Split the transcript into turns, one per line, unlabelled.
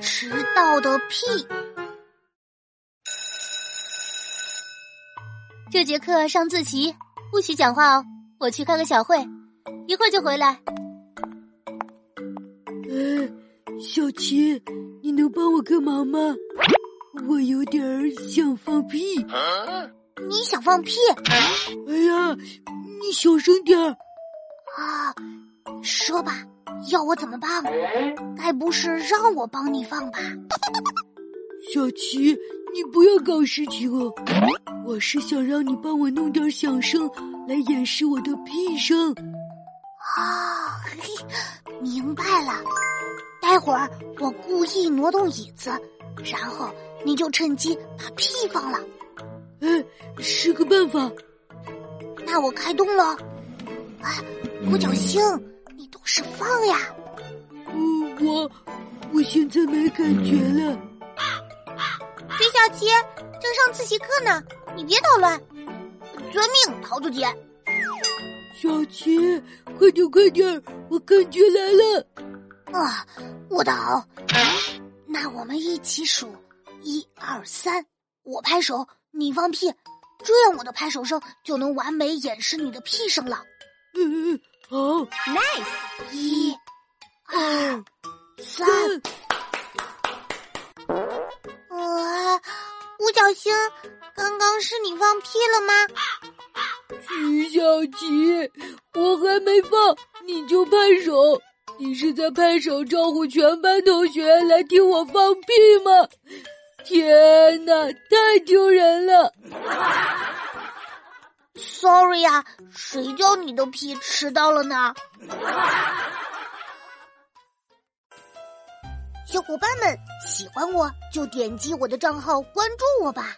迟到的屁。这节课上自习，不许讲话哦。我去开个小会，一会儿就回来。
哎，小琪，你能帮我个忙吗？我有点儿想放屁。
你想放屁
哎呀，你小声点儿。
啊？说吧，要我怎么办？该不是让我帮你放吧？
小琪，你不要搞事情哦！我是想让你帮我弄点响声来掩饰我的屁声。
啊，嘿嘿，明白了。待会儿我故意挪动椅子，然后你就趁机把屁放了。
哎，是个办法。
那我开动了。哎，五角星，你懂事放呀！
嗯，我我现在没感觉了。
水小琪，正上自习课呢，你别捣乱！遵命，桃子姐。
小琪，快点快点儿，我感觉来了。
啊，我的好。那我们一起数，一二三，我拍手，你放屁，这样我的拍手声就能完美掩饰你的屁声了。
嗯，好，
一、二、三。呃，五角星，刚刚是你放屁了吗？
徐小琪，我还没放，你就拍手。你是在拍手招呼全班同学来听我放屁吗？天哪，太丢人了！
Sorry 呀、啊，谁叫你的屁迟到了呢？小伙伴们，喜欢我就点击我的账号关注我吧。